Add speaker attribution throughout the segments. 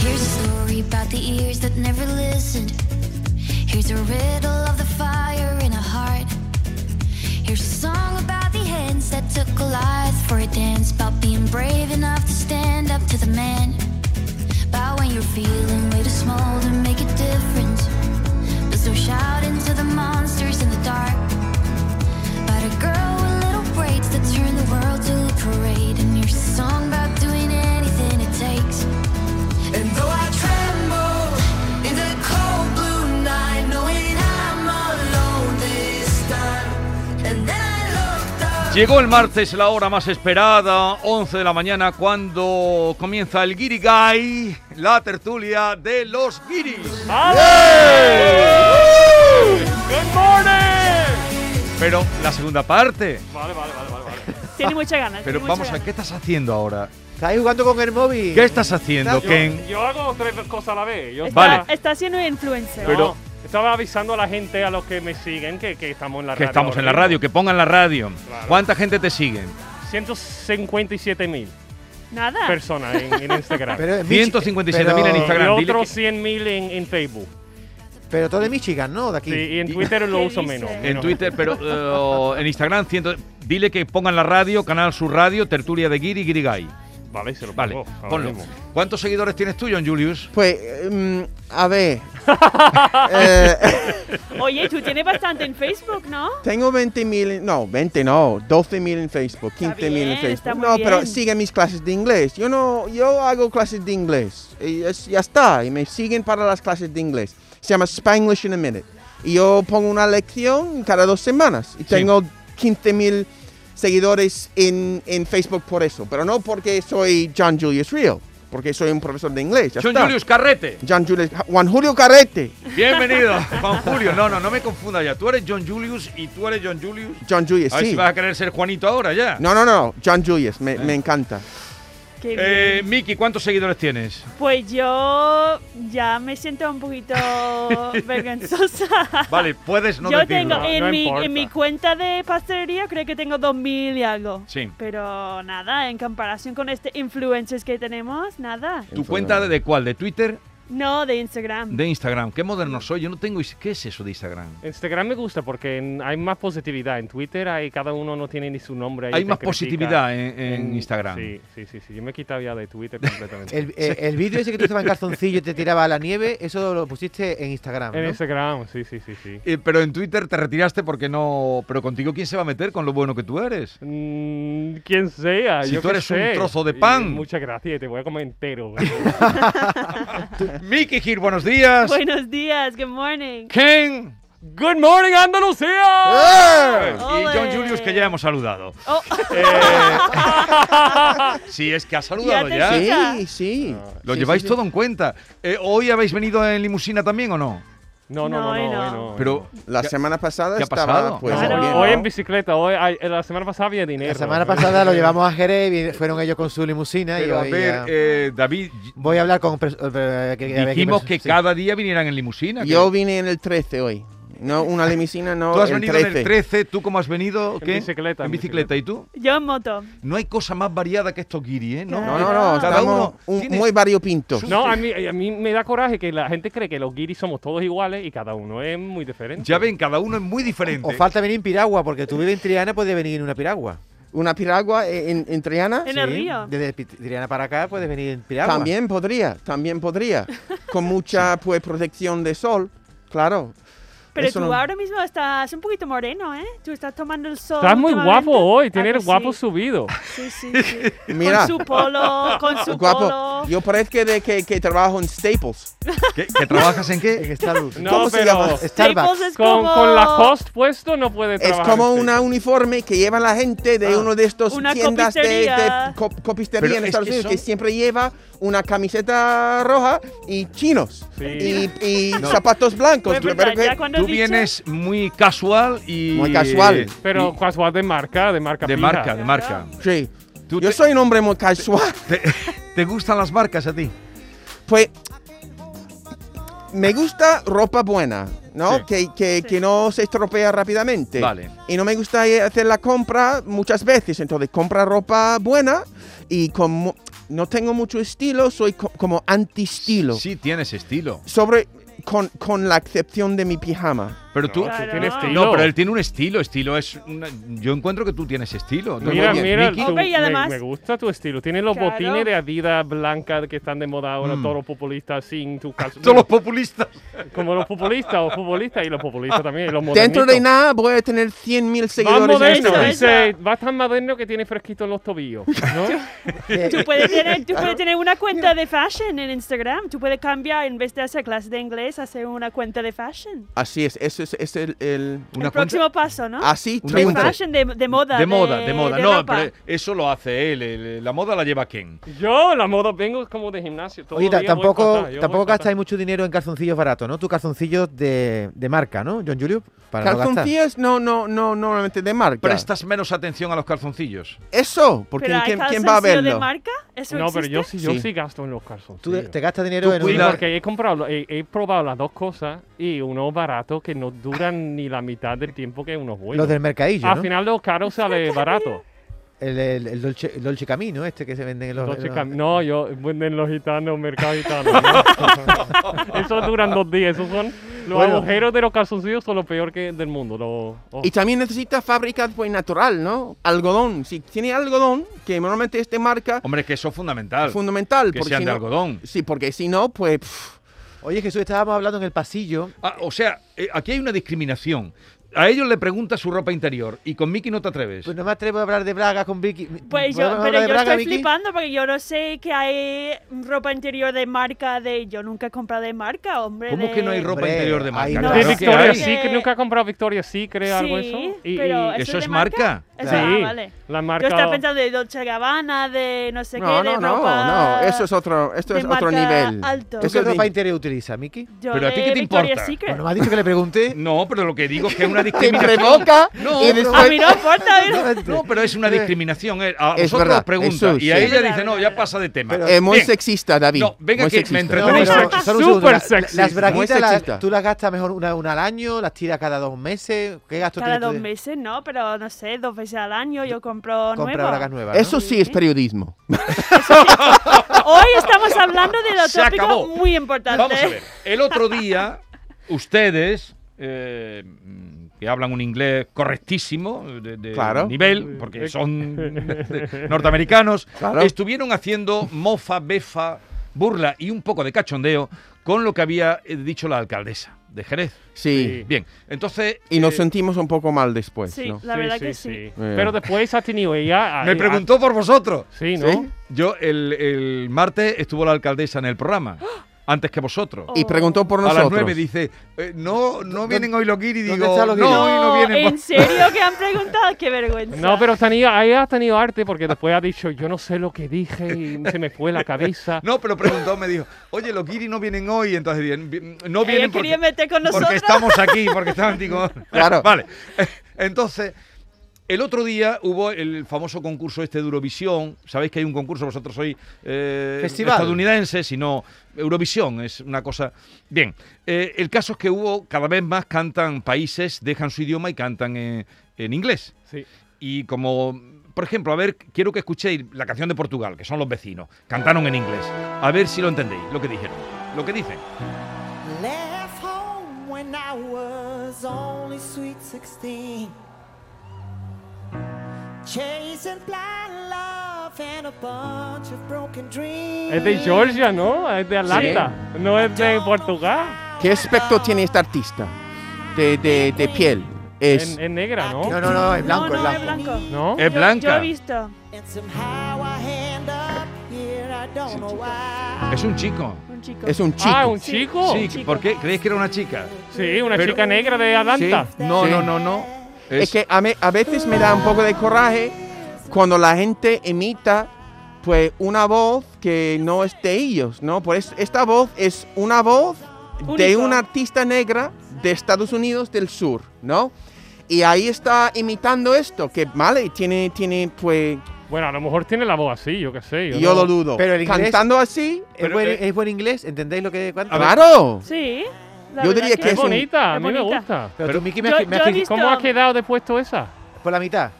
Speaker 1: Here's a story about the ears that never listened. Here's a riddle of the fire in a heart. Here's a song about the hands that took a life for a dance. About being brave enough to stand up to the man. About when you're feeling way too small to make a difference. But so shout into the monsters in the dark. About a girl with little braids that turned the world to a parade. And here's a song about doing anything it takes. And though I tremble in the cold blue night, knowing I'm alone this time. And then I looked up.
Speaker 2: Llegó el martes, la hora más esperada, 11 de la mañana, cuando comienza el Guirigay, la tertulia de los guiris.
Speaker 3: ¡Good morning!
Speaker 2: Pero la segunda parte.
Speaker 3: Vale, vale, vale, vale. vale.
Speaker 4: Tiene muchas ganas.
Speaker 2: Ah, Pero
Speaker 4: tiene
Speaker 2: vamos
Speaker 4: muchas
Speaker 2: a,
Speaker 4: ganas.
Speaker 2: ¿qué estás haciendo ahora?
Speaker 5: ¿Estáis jugando con el móvil?
Speaker 2: ¿Qué estás haciendo,
Speaker 3: Yo,
Speaker 2: Ken?
Speaker 3: yo hago tres cosas a la vez. Yo
Speaker 4: Está,
Speaker 2: Vale.
Speaker 4: está siendo influencer.
Speaker 2: Pero-
Speaker 3: No, estaba avisando a la gente, a los que me siguen, que, que estamos en la
Speaker 2: Que
Speaker 3: radio.
Speaker 2: estamos
Speaker 3: ahora
Speaker 2: en la
Speaker 3: mismo.
Speaker 2: radio, que pongan la radio.
Speaker 3: Claro.
Speaker 2: ¿Cuánta gente te sigue?
Speaker 3: 157.000
Speaker 2: Ah.
Speaker 4: Nada.
Speaker 3: personas en, en Instagram.
Speaker 5: Pero es Michi-
Speaker 2: 157.000 en
Speaker 5: pero-
Speaker 2: Instagram.
Speaker 3: y
Speaker 2: dile
Speaker 3: otros
Speaker 2: que-
Speaker 3: 100.000 en, en Facebook.
Speaker 5: Pero todo de Michigan, ¿no? De aquí.
Speaker 3: Sí, y en
Speaker 2: y-
Speaker 3: Twitter lo
Speaker 4: ¿Qué
Speaker 3: uso
Speaker 4: dice?
Speaker 3: menos.
Speaker 2: En
Speaker 3: menos.
Speaker 2: Twitter, pero eh, en Instagram, ciento- dile que pongan la radio, Canal Sur Radio, Tertulia de Guiri, Guirigay.
Speaker 3: Vale, se lo
Speaker 2: Vale,
Speaker 3: pongo. Oh, ahora
Speaker 2: ponlo.
Speaker 3: mismo.
Speaker 2: ¿Cuántos seguidores tienes tú, John Julius?
Speaker 5: Pues, eh,
Speaker 6: em,
Speaker 5: mm, a ver. Eh,
Speaker 4: Oye, tú tienes bastante en Facebook, ¿no?
Speaker 5: tengo 20 mil, no, 20 no, 12 mil en Facebook,
Speaker 4: Está
Speaker 5: 15 mil en
Speaker 4: bien, está
Speaker 5: Facebook.
Speaker 4: muy
Speaker 5: No, pero
Speaker 4: bien.
Speaker 5: siguen mis clases de inglés. Yo no, yo hago clases de inglés. Y es- ya está, y me siguen para las clases de inglés. Se llama Spanglish in a Minute. Y yo pongo una lección cada dos semanas. Y tengo 15 mil seguidores en, en Facebook por eso. Pero no porque soy John Julius Real, porque soy un profesor de inglés. ya
Speaker 2: John
Speaker 5: está.
Speaker 2: Julius Carrete.
Speaker 5: John Julius, Juan Julio Carrete.
Speaker 2: Bienvenido, Juan Julio. No, no, no me confunda ya. Tú eres John Julius y tú eres John Julius.
Speaker 5: John Julius,
Speaker 2: A ver
Speaker 5: Eh, sí.
Speaker 2: si vas a querer ser Juanito ahora ya.
Speaker 5: No, no, no, John Julius, me, me encanta.
Speaker 4: Qué bien.
Speaker 2: Eh, Miki, ¿cuántos seguidores tienes?
Speaker 4: Pues yo ya me siento un poquito vergonzosa.
Speaker 2: Vale, puedes no
Speaker 4: yo
Speaker 2: decirlo.
Speaker 4: tengo en,
Speaker 3: No
Speaker 4: mi,
Speaker 3: importa.
Speaker 4: en mi cuenta de pastelería creo que tengo 2000 y algo.
Speaker 2: Sí.
Speaker 4: Pero nada, en comparación con este influencers que tenemos, nada.
Speaker 2: ¿Tu cuenta de, de cuál? ¿De Twitter?
Speaker 4: No, de Instagram.
Speaker 2: ¿De Instagram? ¿Qué moderno soy? Yo no tengo... is- ¿Qué es eso de Instagram?
Speaker 3: Instagram me gusta porque en- hay más positividad. En Twitter hay, cada uno no tiene ni su nombre. ahí
Speaker 2: Hay
Speaker 3: te
Speaker 2: más
Speaker 3: critica.
Speaker 2: positividad en, en Instagram.
Speaker 3: Mm, Sí, sí, sí, sí. Yo me he quitado ya de Twitter completamente.
Speaker 6: El, eh, el vídeo ese que tú estabas en calzoncillo y te tiraba a la nieve, eso lo pusiste en Instagram.
Speaker 3: en
Speaker 6: ¿no?
Speaker 3: Instagram, sí, sí, sí, sí.
Speaker 2: Eh, pero en Twitter te retiraste porque no... Pero contigo, ¿quién se va a meter con lo bueno que tú eres?
Speaker 3: Mm, quien sea.
Speaker 2: Si
Speaker 3: yo
Speaker 2: tú
Speaker 3: qué
Speaker 2: eres un
Speaker 3: sé.
Speaker 2: trozo de pan.
Speaker 3: Y muchas gracias, te voy a comer entero.
Speaker 2: Miki Gir, buenos días.
Speaker 4: Buenos días, good morning.
Speaker 2: Ken.
Speaker 3: Good morning, Andalucía.
Speaker 2: Y John
Speaker 4: Ole.
Speaker 2: Julius, que ya hemos saludado.
Speaker 4: Oh,
Speaker 2: Sí, es que ha
Speaker 4: Ya
Speaker 2: saludado
Speaker 4: te
Speaker 2: ya.
Speaker 4: sigo.
Speaker 5: Sí,
Speaker 4: Escucha.
Speaker 5: sí.
Speaker 2: Ah, Lo
Speaker 5: Sí,
Speaker 2: lleváis
Speaker 5: sí, sí.
Speaker 2: todo en cuenta. Eh, ¿Hoy habéis venido en limusina también o no?
Speaker 3: No, no, no,
Speaker 4: No,
Speaker 3: no.
Speaker 4: eh,
Speaker 3: hoy
Speaker 4: no.
Speaker 3: no, hoy
Speaker 2: Pero
Speaker 5: La semana pasada
Speaker 2: ¿Qué ha
Speaker 5: estaba
Speaker 2: pasado?
Speaker 5: pues
Speaker 4: Claro.
Speaker 3: no.
Speaker 5: bien,
Speaker 3: Hoy
Speaker 5: ¿no?
Speaker 3: en bicicleta, hoy, ay, la semana pasada había dinero.
Speaker 6: La semana pasada lo llevamos a Jerez, vi- fueron ellos con su limusina
Speaker 2: pero, a
Speaker 6: y hoy
Speaker 2: ver,
Speaker 6: ya-
Speaker 2: eh, David,
Speaker 6: Voy a hablar con... pers- eh, que- que- a ver qué
Speaker 2: dijimos
Speaker 6: pers-
Speaker 2: que
Speaker 6: sí.
Speaker 2: cada día vinieran en limusina. que-
Speaker 5: Yo vine en el 13 hoy. No, una limusina, no,
Speaker 2: tú has
Speaker 5: el
Speaker 2: venido
Speaker 5: 13.
Speaker 2: en el 13, ¿tú cómo has venido? ¿Qué?
Speaker 3: bicicleta,
Speaker 2: En
Speaker 3: en
Speaker 2: bicicleta. ¿Y tú?
Speaker 4: yo en moto.
Speaker 2: No hay cosa más variada que estos guiri, ¿eh? No,
Speaker 5: No, no, no,
Speaker 2: Cada
Speaker 5: estamos
Speaker 2: uno
Speaker 5: un-
Speaker 2: tiene-
Speaker 5: muy variopintos.
Speaker 3: No, a mí, a mí me da coraje que la gente cree que los guiris somos todos iguales y cada uno es muy diferente.
Speaker 2: Ya ven, cada uno es muy diferente.
Speaker 6: O falta venir en piragua, porque tú vives en Triana, puedes venir en una piragua.
Speaker 5: Una piragua eh, en, en Triana
Speaker 4: En el río.
Speaker 6: Desde Pi- Triana para acá puedes venir en piragua.
Speaker 5: también podría, también podría. Con mucha pues protección de sol, claro.
Speaker 4: Pero
Speaker 5: Eso
Speaker 4: tú
Speaker 5: no-
Speaker 4: ahora mismo estás un poquito moreno, ¿eh? Tú estás tomando el sol.
Speaker 3: Estás muy
Speaker 4: últimamente.
Speaker 3: guapo hoy,
Speaker 4: Ah,
Speaker 3: tienes
Speaker 4: que
Speaker 3: el guapo
Speaker 4: sí.
Speaker 3: subido.
Speaker 4: Sí, sí, sí.
Speaker 5: Mira,
Speaker 4: Con su polo, con su
Speaker 5: guapo,
Speaker 4: polo.
Speaker 5: yo parezco de que, que trabajo en Staples.
Speaker 2: ¿Que, que trabajas en qué?
Speaker 6: En Starbucks.
Speaker 3: No,
Speaker 5: ¿Cómo se
Speaker 3: pero
Speaker 5: llama?
Speaker 4: Staples
Speaker 6: Starbucks.
Speaker 4: es
Speaker 3: con,
Speaker 4: como...
Speaker 3: con la cost puesto no puede
Speaker 5: Es
Speaker 3: trabajar.
Speaker 5: como
Speaker 3: en
Speaker 5: una
Speaker 3: seco.
Speaker 5: uniforme que lleva la gente de
Speaker 6: Ah.
Speaker 5: uno de estos
Speaker 4: Una
Speaker 5: tiendas de- de,
Speaker 4: copistería.
Speaker 5: cop-
Speaker 2: Pero
Speaker 5: copistería en
Speaker 2: es
Speaker 5: Estados
Speaker 2: que
Speaker 5: Unidos
Speaker 2: son-
Speaker 5: que siempre lleva una camiseta roja y chinos
Speaker 3: Sí.
Speaker 5: y, y zapatos blancos.
Speaker 4: Pues
Speaker 5: Yo
Speaker 4: verdad,
Speaker 5: creo que-
Speaker 4: ya cuando
Speaker 2: Tú
Speaker 4: has dicho-
Speaker 2: vienes muy casual y...
Speaker 5: Muy casual.
Speaker 2: eh,
Speaker 3: Pero
Speaker 2: y-
Speaker 3: casual de marca, de marca
Speaker 2: de
Speaker 3: fija.
Speaker 2: marca, de marca.
Speaker 5: Sí.
Speaker 2: Tú
Speaker 5: Yo
Speaker 2: te-
Speaker 5: soy un hombre muy casual.
Speaker 2: ¿Te, te gustan las marcas a ti?
Speaker 5: Pues me gusta ropa buena, ¿no?
Speaker 2: Sí.
Speaker 5: Que, que-
Speaker 4: Sí.
Speaker 5: que no se estropea rápidamente.
Speaker 2: Vale.
Speaker 5: Y no me gusta eh, hacer la compra muchas veces. Entonces, compra ropa buena y con mu- no tengo mucho estilo, soy co- como anti-estilo.
Speaker 2: Sí, tienes estilo.
Speaker 5: Sobre, con, con la excepción de mi pijama.
Speaker 2: Pero tú.
Speaker 4: Claro.
Speaker 3: Tienes
Speaker 4: No,
Speaker 3: estilo.
Speaker 2: No, pero él tiene un estilo. Estilo es. una- Yo encuentro que tú tienes estilo.
Speaker 5: Muy
Speaker 3: Mira,
Speaker 5: bien,
Speaker 3: mira,
Speaker 2: Miki.
Speaker 3: tú-
Speaker 4: Hombre, y
Speaker 3: me-
Speaker 4: además-
Speaker 3: me, gusta tu estilo. Tienes los
Speaker 4: Claro.
Speaker 3: botines de Adidas blanca que están de moda ahora,
Speaker 2: Mm.
Speaker 3: todos los populistas sin tu calzón.
Speaker 2: Todos los populistas.
Speaker 3: Como los populistas o futbolistas y los populistas también. y los
Speaker 5: Dentro
Speaker 3: modernitos.
Speaker 5: de nada voy a tener 100.000
Speaker 3: Más
Speaker 5: seguidores en
Speaker 3: moderno,
Speaker 5: Instagram.
Speaker 3: dice, vas tan moderno que tiene fresquito en los tobillos, ¿no?
Speaker 2: ¿eh?
Speaker 4: Tú puedes, tener, tú puedes tener una cuenta de fashion en Instagram. Tú puedes cambiar, en vez de hacer clases de inglés, hacer una cuenta de fashion.
Speaker 5: Así es, eso es, es el, el-
Speaker 2: Una cuenta-
Speaker 4: el próximo paso, ¿no?
Speaker 5: Así
Speaker 2: Una
Speaker 4: de
Speaker 5: triunfo.
Speaker 2: cuenta-
Speaker 4: fashion, de, de moda.
Speaker 2: De moda, de moda. no,
Speaker 4: ropa.
Speaker 2: pero eso lo hace él. el- la moda la lleva Ken.
Speaker 3: Yo, la moda, vengo como de gimnasio. todos
Speaker 6: Oye,
Speaker 3: los
Speaker 6: ta-
Speaker 3: días voy
Speaker 6: tampoco,
Speaker 3: fatal, yo voy
Speaker 6: tampoco
Speaker 3: fatal.
Speaker 6: gastáis mucho dinero en calzoncillos baratos, ¿no? Tus calzoncillos de, de marca, ¿no, John Julio? Para no gastar.
Speaker 5: Calzoncillos no, no, no, normalmente de marca.
Speaker 2: Prestas menos atención a los calzoncillos.
Speaker 5: Eso, porque
Speaker 4: ¿Pero hay
Speaker 5: ¿quién, quién va a
Speaker 4: calzoncillo
Speaker 5: verlo?
Speaker 4: de marca? ¿Eso
Speaker 3: No, pero yo
Speaker 4: existe?
Speaker 3: sí, yo
Speaker 5: Sí.
Speaker 3: sí gasto en los calzones.
Speaker 6: Tú te gastas
Speaker 2: Tú
Speaker 6: dinero en
Speaker 3: Sí,
Speaker 2: cuidas-
Speaker 6: una marca.
Speaker 3: porque he comprado, he, he probado las dos cosas y unos baratos que no duran ni la mitad del tiempo que unos buenos.
Speaker 6: Los del mercadillo,
Speaker 3: Al
Speaker 6: ¿no?
Speaker 3: final los caros sale barato.
Speaker 6: El, el- el Dolce, el Dolce Camino, este que se vende en los...
Speaker 3: Entonces,
Speaker 6: en los-
Speaker 3: cam- no, yo venden los gitanos, mercado gitano. ¿no? esos duran dos días, esos son los
Speaker 6: Bueno.
Speaker 3: agujeros de los calzoncillos son lo peor que del mundo. Los, oh.
Speaker 5: Y también necesita fábrica pues, natural, ¿no? Algodón. Si tiene algodón, que normalmente es de marca,
Speaker 2: Hombre, que eso es fundamental.
Speaker 5: es fundamental.
Speaker 2: que
Speaker 5: porque
Speaker 2: sean
Speaker 5: si
Speaker 2: de
Speaker 5: no-
Speaker 2: algodón.
Speaker 5: Sí, porque si no, pues... pff,
Speaker 6: Oye, Jesús, estábamos hablando en el pasillo.
Speaker 2: Ah, o sea, eh, aquí hay una discriminación. A ellos le pregunta su ropa interior y con Mickey no te atreves.
Speaker 6: Pues no me atrevo a hablar de Braga con Vicky.
Speaker 4: Pues
Speaker 6: ¿Podemos
Speaker 4: yo,
Speaker 6: hablar
Speaker 4: pero
Speaker 6: de
Speaker 4: yo
Speaker 6: Braga,
Speaker 4: estoy
Speaker 6: Vicky?
Speaker 4: flipando porque yo no sé que hay ropa interior de marca de... Yo nunca he comprado de marca, hombre.
Speaker 2: ¿Cómo que no hay ropa
Speaker 4: ropa?
Speaker 6: Hombre,
Speaker 2: interior de
Speaker 6: hay
Speaker 2: marca?
Speaker 6: no.
Speaker 3: de
Speaker 6: claro que
Speaker 3: Victoria
Speaker 4: hay.
Speaker 3: Secret, nunca he comprado Victoria Secret, algo
Speaker 4: Sí,
Speaker 3: eso. Y,
Speaker 4: pero
Speaker 3: y-
Speaker 4: ¿eso
Speaker 2: ¿Eso es
Speaker 4: es de
Speaker 2: marca?
Speaker 4: Eso,
Speaker 3: sí,
Speaker 4: ah, vale.
Speaker 3: la
Speaker 4: Yo
Speaker 3: marca.
Speaker 4: estaba pensando de Dolce Gabbana, de no sé
Speaker 5: no,
Speaker 4: qué, de
Speaker 5: no, no,
Speaker 4: ropa...
Speaker 5: no. Eso es otro, esto
Speaker 4: de
Speaker 5: es otro
Speaker 4: marca
Speaker 5: nivel.
Speaker 4: alto.
Speaker 6: ¿Tú
Speaker 5: Eso
Speaker 6: qué
Speaker 5: es
Speaker 6: ropa
Speaker 5: de-
Speaker 6: interior utiliza, Miki?
Speaker 4: Yo
Speaker 2: Pero a ti,
Speaker 4: de
Speaker 2: ¿qué te
Speaker 4: Victoria's
Speaker 2: importa?
Speaker 4: Secret.
Speaker 6: Bueno, me has dicho que le pregunté.
Speaker 2: No, pero lo que digo es que es una
Speaker 5: Te
Speaker 2: discriminación.
Speaker 5: provoca
Speaker 2: No,
Speaker 5: y
Speaker 2: no.
Speaker 5: después...
Speaker 4: A mí no me importa. a mí no-
Speaker 2: No, pero es una discriminación. eh. A
Speaker 5: este, Es
Speaker 2: vosotros
Speaker 5: verdad,
Speaker 2: os pregunta
Speaker 5: eso
Speaker 2: y a
Speaker 5: sí.
Speaker 2: ella
Speaker 4: Verdad,
Speaker 2: dice, no,
Speaker 4: verdad,
Speaker 2: ya pasa de tema.
Speaker 6: Pero-
Speaker 5: Es muy
Speaker 2: Bien.
Speaker 5: sexista, David.
Speaker 2: No, venga
Speaker 5: muy
Speaker 2: que me
Speaker 5: sexista.
Speaker 2: entre-
Speaker 6: No,
Speaker 2: Tenéis
Speaker 6: pero
Speaker 2: sexy.
Speaker 6: solo un segundo.
Speaker 3: Súper
Speaker 6: La- la-
Speaker 3: sexy.
Speaker 6: Las
Speaker 5: Muy
Speaker 6: braguitas
Speaker 5: sexista.
Speaker 6: las- tú las gastas mejor una, una al año, las tiras cada dos meses. ¿Qué gasto
Speaker 4: Cada
Speaker 6: tienes tú
Speaker 4: dos
Speaker 6: de-
Speaker 4: meses, no, pero no sé, dos veces al año yo compro
Speaker 6: Compra
Speaker 4: nueva.
Speaker 6: bragas nuevas. ¿no?
Speaker 5: Eso sí es periodismo.
Speaker 4: Hoy estamos hablando de lo
Speaker 2: Se acabó.
Speaker 4: tópico muy importante.
Speaker 2: Vamos a ver. El otro día, ustedes, eh, mm, que hablan un inglés correctísimo, de, de
Speaker 5: Claro.
Speaker 2: nivel, porque son de- norteamericanos,
Speaker 5: Claro.
Speaker 2: estuvieron haciendo mofa, befa, burla y un poco de cachondeo con lo que había eh, dicho la alcaldesa de Jerez.
Speaker 5: Sí.
Speaker 2: Bien, entonces...
Speaker 5: Y nos
Speaker 2: eh,
Speaker 5: sentimos un poco mal después,
Speaker 4: Sí,
Speaker 5: Pues ¿no?
Speaker 4: la verdad que sí.
Speaker 6: Eh.
Speaker 5: Mira.
Speaker 3: Pero después ha tenido ella.
Speaker 2: me preguntó por vosotros.
Speaker 3: Sí, ¿no?
Speaker 5: ¿Sí?
Speaker 2: Yo, el, el martes estuvo la alcaldesa en el programa, antes que vosotros.
Speaker 6: Oh.
Speaker 5: Y preguntó
Speaker 4: Oh.
Speaker 5: por
Speaker 2: A las
Speaker 5: nosotros.
Speaker 2: 9 dice, eh, no, no vienen hoy los guiris.
Speaker 6: dónde
Speaker 2: Digo,
Speaker 6: están
Speaker 2: no,
Speaker 6: los
Speaker 2: hoy
Speaker 6: guiris?
Speaker 2: no vienen.
Speaker 4: ¿En serio que han preguntado? ¡Qué vergüenza!
Speaker 3: No, pero tenía, ella ha tenido arte porque después ha dicho, yo no sé lo que dije y se me fue la cabeza.
Speaker 2: No, pero preguntó, me dijo, oye, los guiris no vienen hoy, entonces bien, bien, no
Speaker 4: Ella
Speaker 2: vienen
Speaker 4: quería
Speaker 2: porque,
Speaker 4: meter con
Speaker 2: porque
Speaker 4: nosotros.
Speaker 2: estamos aquí, porque estamos digo,
Speaker 5: Claro.
Speaker 2: Vale, entonces, el otro día hubo el famoso concurso este de Eurovisión, sabéis que hay un concurso, vosotros sois eh,
Speaker 6: Festival.
Speaker 2: estadounidenses, sino Eurovisión es una cosa... Bien, eh, el caso es que hubo, cada vez más cantan países, dejan su idioma y cantan eh, en inglés.
Speaker 3: Sí.
Speaker 2: y como, por ejemplo, a ver, quiero que escuchéis la canción de Portugal, que son los vecinos. Cantaron en inglés. A ver si lo entendéis, lo que dijeron. Lo que dicen.
Speaker 7: Left home when I was only sweet 16. Chasing blind love and a bunch of broken dreams.
Speaker 3: Es de Georgia, ¿no? Es de Atlanta. No es de Portugal.
Speaker 5: ¿Qué aspecto tiene este artista de, de- de piel? Es
Speaker 3: Es, es negra, ¿no?
Speaker 6: No, no, no, es blanco,
Speaker 4: no, no,
Speaker 6: es
Speaker 4: es
Speaker 6: blanco.
Speaker 4: blanco.
Speaker 3: ¿No?
Speaker 2: Es
Speaker 4: Yo- Yo,
Speaker 2: blanca.
Speaker 4: he visto.
Speaker 7: And somehow I end up here, I don't know why.
Speaker 2: Es un chico.
Speaker 4: Un chico.
Speaker 5: es un chico.
Speaker 3: Ah, un chico.
Speaker 2: Sí,
Speaker 4: chico.
Speaker 2: ¿por qué? ¿Creéis que era una chica?
Speaker 3: Sí, una
Speaker 2: Pero-
Speaker 3: chica negra de Atlanta.
Speaker 5: Sí.
Speaker 2: No,
Speaker 5: Sí.
Speaker 2: no, no, no.
Speaker 5: Es que a, me- a veces me da un poco de coraje cuando la gente imita pues una voz que no es de ellos, ¿no? Pues esta voz es una voz de
Speaker 4: Único.
Speaker 5: una artista negra de Estados Unidos del Sur, ¿no? Y ahí está imitando esto, que vale, tiene, tiene, pues,
Speaker 3: Bueno, a lo mejor tiene la voz así, yo qué sé. Yo,
Speaker 5: yo
Speaker 3: no-
Speaker 5: lo dudo.
Speaker 6: Pero el inglés-
Speaker 5: Cantando así,
Speaker 6: ¿Es,
Speaker 2: Pero,
Speaker 6: buen,
Speaker 2: eh,
Speaker 6: es buen inglés? ¿Entendéis lo que cuánto?
Speaker 5: claro.
Speaker 4: Sí. la
Speaker 5: Yo
Speaker 4: verdad
Speaker 5: diría que
Speaker 3: Es
Speaker 5: es un-
Speaker 3: bonita, a mí me
Speaker 4: bonita.
Speaker 3: gusta.
Speaker 6: Pero, tú, Miki, me
Speaker 4: Yo-
Speaker 6: has, me has
Speaker 4: yo he
Speaker 6: quit-
Speaker 4: visto-
Speaker 3: ¿Cómo ha quedado de puesto esa?
Speaker 6: por la mitad.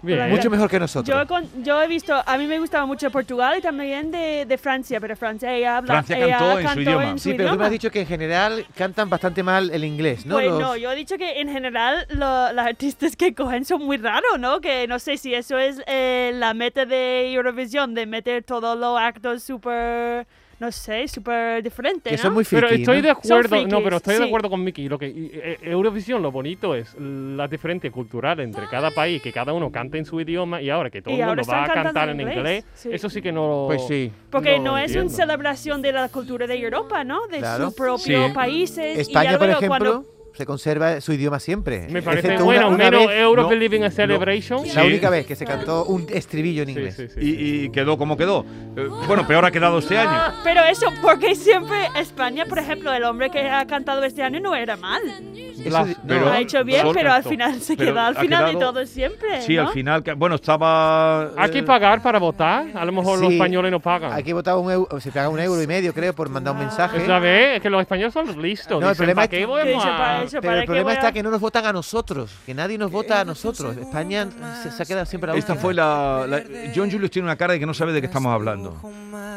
Speaker 3: Bien.
Speaker 4: Hola,
Speaker 6: Mucho
Speaker 4: Mira,
Speaker 6: mejor que nosotros.
Speaker 4: Yo, con- yo he visto, a mí me gustaba mucho Portugal y también de, de Francia, pero Francia ella habla.
Speaker 2: Francia
Speaker 4: ella
Speaker 2: cantó en su idioma.
Speaker 6: Sí, pero tú me has dicho que en general cantan bastante mal el inglés, ¿no?
Speaker 4: Pues
Speaker 6: Los-
Speaker 4: no, yo he dicho que en general lo- los artistas que cogen son muy raros, ¿no? Que no sé si eso es eh, la meta de Eurovisión, de meter todos los actos súper, no sé, súper diferentes,
Speaker 6: que
Speaker 4: ¿no?
Speaker 6: son muy
Speaker 3: Pero
Speaker 6: friki,
Speaker 3: estoy
Speaker 6: ¿no?
Speaker 3: de acuerdo,
Speaker 4: frikis,
Speaker 3: no, pero estoy de
Speaker 4: sí.
Speaker 3: acuerdo con Mickey. Lo que y- e- Eurovisión, lo bonito es las diferencias culturales entre cada país, que cada uno cante en su idioma y ahora que todo
Speaker 4: Y
Speaker 3: el
Speaker 4: ahora
Speaker 3: mundo va a
Speaker 4: están cantando
Speaker 3: cantar en
Speaker 4: en
Speaker 3: inglés,
Speaker 4: inglés, sí.
Speaker 3: eso sí que no.
Speaker 5: Pues sí.
Speaker 4: Porque
Speaker 3: lo
Speaker 4: no, es una
Speaker 3: entiendo.
Speaker 4: celebración de la cultura de Europa, ¿no? De
Speaker 6: Claro.
Speaker 4: sus propios
Speaker 2: Sí.
Speaker 4: países. y
Speaker 6: España,
Speaker 4: ya
Speaker 6: por
Speaker 4: luego
Speaker 6: ejemplo,
Speaker 4: cuando-
Speaker 6: se conserva su idioma siempre.
Speaker 3: Me parece
Speaker 6: Excepto
Speaker 3: bueno, menos
Speaker 6: vez-
Speaker 3: Europe
Speaker 6: no,
Speaker 3: Living a
Speaker 6: no.
Speaker 3: Celebration.
Speaker 6: La
Speaker 2: Sí.
Speaker 6: única vez que se cantó un estribillo en inglés.
Speaker 3: sí, sí, sí.
Speaker 2: Y, y quedó como quedó. Eh, bueno, peor ha quedado este año.
Speaker 4: Pero eso, porque siempre España, por ejemplo, el hombre que ha cantado este año no era mal.
Speaker 6: Eso
Speaker 3: Las-
Speaker 6: di-
Speaker 2: pero-
Speaker 6: no,
Speaker 4: ha hecho bien,
Speaker 2: Sol
Speaker 4: pero al
Speaker 2: cantó.
Speaker 4: final se
Speaker 2: Pero
Speaker 4: queda al
Speaker 2: ha
Speaker 4: final de
Speaker 2: quedado-
Speaker 4: todo siempre.
Speaker 2: Sí,
Speaker 4: ¿no?
Speaker 2: al final, que, bueno, estaba...
Speaker 3: Hay que
Speaker 2: eh,
Speaker 3: pagar para votar, a lo mejor los
Speaker 6: Sí.
Speaker 3: españoles no pagan.
Speaker 6: Aquí votaba un euro, se paga un euro y medio, creo, por mandar
Speaker 4: Ah.
Speaker 6: un mensaje.
Speaker 3: ¿Sabes? Es que los españoles son listos.
Speaker 6: No, el
Speaker 3: Dicen,
Speaker 6: problema
Speaker 3: "¿Pa
Speaker 6: es
Speaker 3: qué
Speaker 6: que-
Speaker 3: vamos
Speaker 4: que se
Speaker 3: a-
Speaker 4: parece-
Speaker 6: Pero
Speaker 4: para
Speaker 6: el
Speaker 4: que
Speaker 6: problema
Speaker 4: voy a-
Speaker 6: está que no nos votan a nosotros, que nadie nos vota a nosotros. España se, se ha quedado siempre a la
Speaker 2: Esta
Speaker 6: última.
Speaker 2: fue la, la- John Julius tiene una cara de que no sabe de qué estamos hablando.